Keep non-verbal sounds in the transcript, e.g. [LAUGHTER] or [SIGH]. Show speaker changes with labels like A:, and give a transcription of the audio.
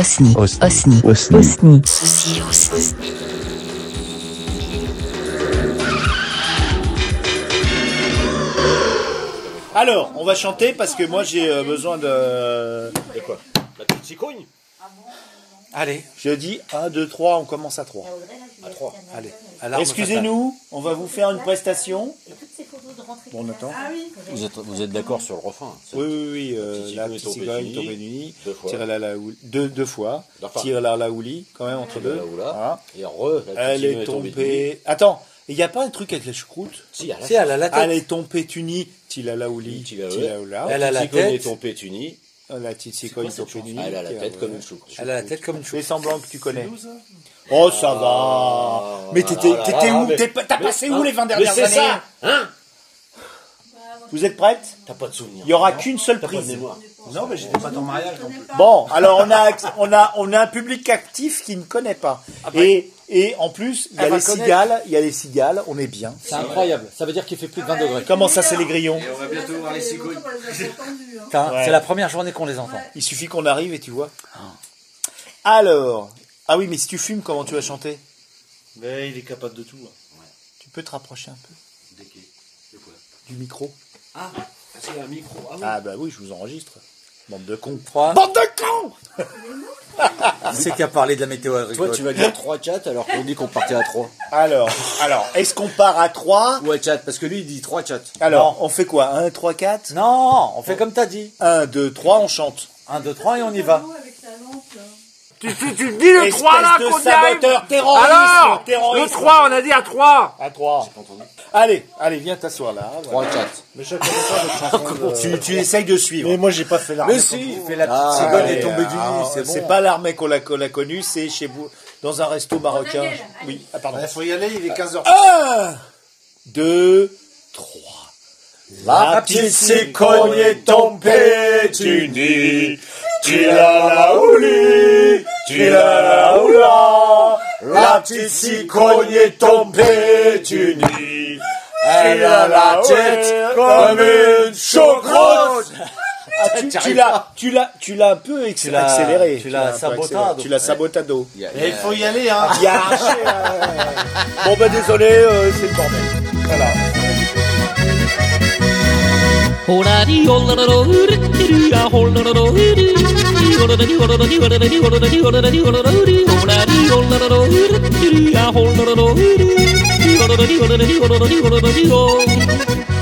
A: Osni.
B: Osni.
A: Osni.
C: Osni.
A: Osni. Ceci est Osni.
D: Alors, on va chanter parce que moi j'ai euh, besoin de. De quoi
B: La petite cicogne Allez,
D: Je dis 1, 2, 3, on commence à 3.
B: à 3. Allez.
D: Excusez-nous, on va vous faire une prestation. Bon, on attend.
B: Vous êtes, vous êtes d'accord sur le refrain hein, c'est-
D: Oui, oui, oui, euh,
B: Petit
D: la
B: cigogne,
D: petite cigogne,
B: Taubéni,
D: Taubé nuit,
B: deux fois.
D: tire la la houli- deux, deux fois,
B: Enfin.
D: tire la la houli, quand même entre deux.
B: Là ou là.
D: Voilà.
E: Ah.
B: Et re, la
D: Elle
B: petite
D: est
B: cigogne
D: tombée. Attends, il n'y a pas un truc avec la choucroute
B: Si, elle a
E: Si, elle a la tête.
D: Elle est tombée tunie, tila la houli,
B: Ti la-
D: tila oula.
E: Elle a la
B: cigogne
E: tête.
B: est tombée tunie.
D: La petite cigogne, Taubé nuit.
B: Elle a la
D: tire
B: tête comme
D: oula.
B: une choucroute.
E: Elle a la tête comme une
D: Fais
E: choucroute.
D: semblant que tu connais. Oh, ça va. Mais t'étais
B: Ah, là,
D: t'étais
B: là,
D: où
B: mais-
D: T'es pas- T'as passé où
B: hein,
D: les 20
B: Mais
D: dernières
B: c'est
D: années
B: ça Hein
D: Vous êtes prêtes
B: T'as pas de souvenir.
D: Il n'y aura qu'une seule
B: T'as pas de
D: prise.
B: mémoire.
D: Non, mais j'étais pas en mariage Bon, alors on a, on, a, on a un public actif qui ne connaît pas. Et, et en plus, il y a
E: Elle va
D: les
E: connaître.
D: cigales, il y a les cigales, on est bien.
E: C'est incroyable. Ça veut dire qu'il fait plus de 20 degrés.
D: Comment ça, c'est les grillons
F: on va bientôt voir les cigognes. [LAUGHS]
E: Putain,
D: Ouais.
E: C'est la première journée qu'on les entend.
D: Il suffit qu'on arrive et tu vois. Alors, ah oui, mais si tu fumes, comment tu vas chanter
F: Mais il est capable de tout. hein.
D: Tu peux te rapprocher un peu du micro
B: Ah, c'est un micro. Ah oui.
D: Ah bah oui, je vous enregistre. Bande de cons.
E: 3.
D: Bande de cons
E: C'est qu'à parler de la météo agricole.
B: Toi, tu vas dire 3-4 alors qu'on dit qu'on partait à 3.
D: Alors, alors est-ce qu'on part à 3
B: Ouais, chat, parce que lui, il dit 3 chat.
D: Alors, on fait quoi 1, 3, 4
E: Non, on fait comme t'as dit.
D: 1, 2, 3, on chante.
E: 1, 2, 3 et on y va.
G: Dis le
D: Espèce
G: 3 là,
D: de
G: qu'on
D: saboteur, terroriste,
G: Alors,
D: terroriste.
G: le 3, on a dit à 3.
D: À 3. Allez, allez, viens t'asseoir là. voilà.
B: 3 chat.
F: Mais je connais pas votre chanson. euh,
D: Tu, tu essayes de suivre.
F: Mais moi, j'ai pas fait l'arme.
E: si, fait la petite
B: Ah,
E: cigogne
D: Ouais,
E: est tombée du
D: ah,
E: lit, c'est bon.
D: pas l'armée qu'on l'a qu'on l'a connue, c'est chez vous, dans un resto marocain. Oui, ah, pardon. Ah,
F: Il faut y aller, il est 15h.
D: 1, 2, 3. La petite cicogne est tombée du nid. Tu la la ouli, tu la la oula. La petite cicogne est tombée du nid. Elle a la tête comme une chocrotte. Ah, tu, tu l'as, tu l'as, tu l'as un peu ex-
E: Tu l'as-
D: accéléré.
E: tu l'as
D: un peu accéléré.
E: sabotado.
D: Tu l'as sabotado.
B: Il y a- il y
F: Mais
B: a-
F: il faut y aller, hein.
D: Il a arraché. euh. Bon ben désolé, euh, c'est le bordel. Voilà.
H: Thank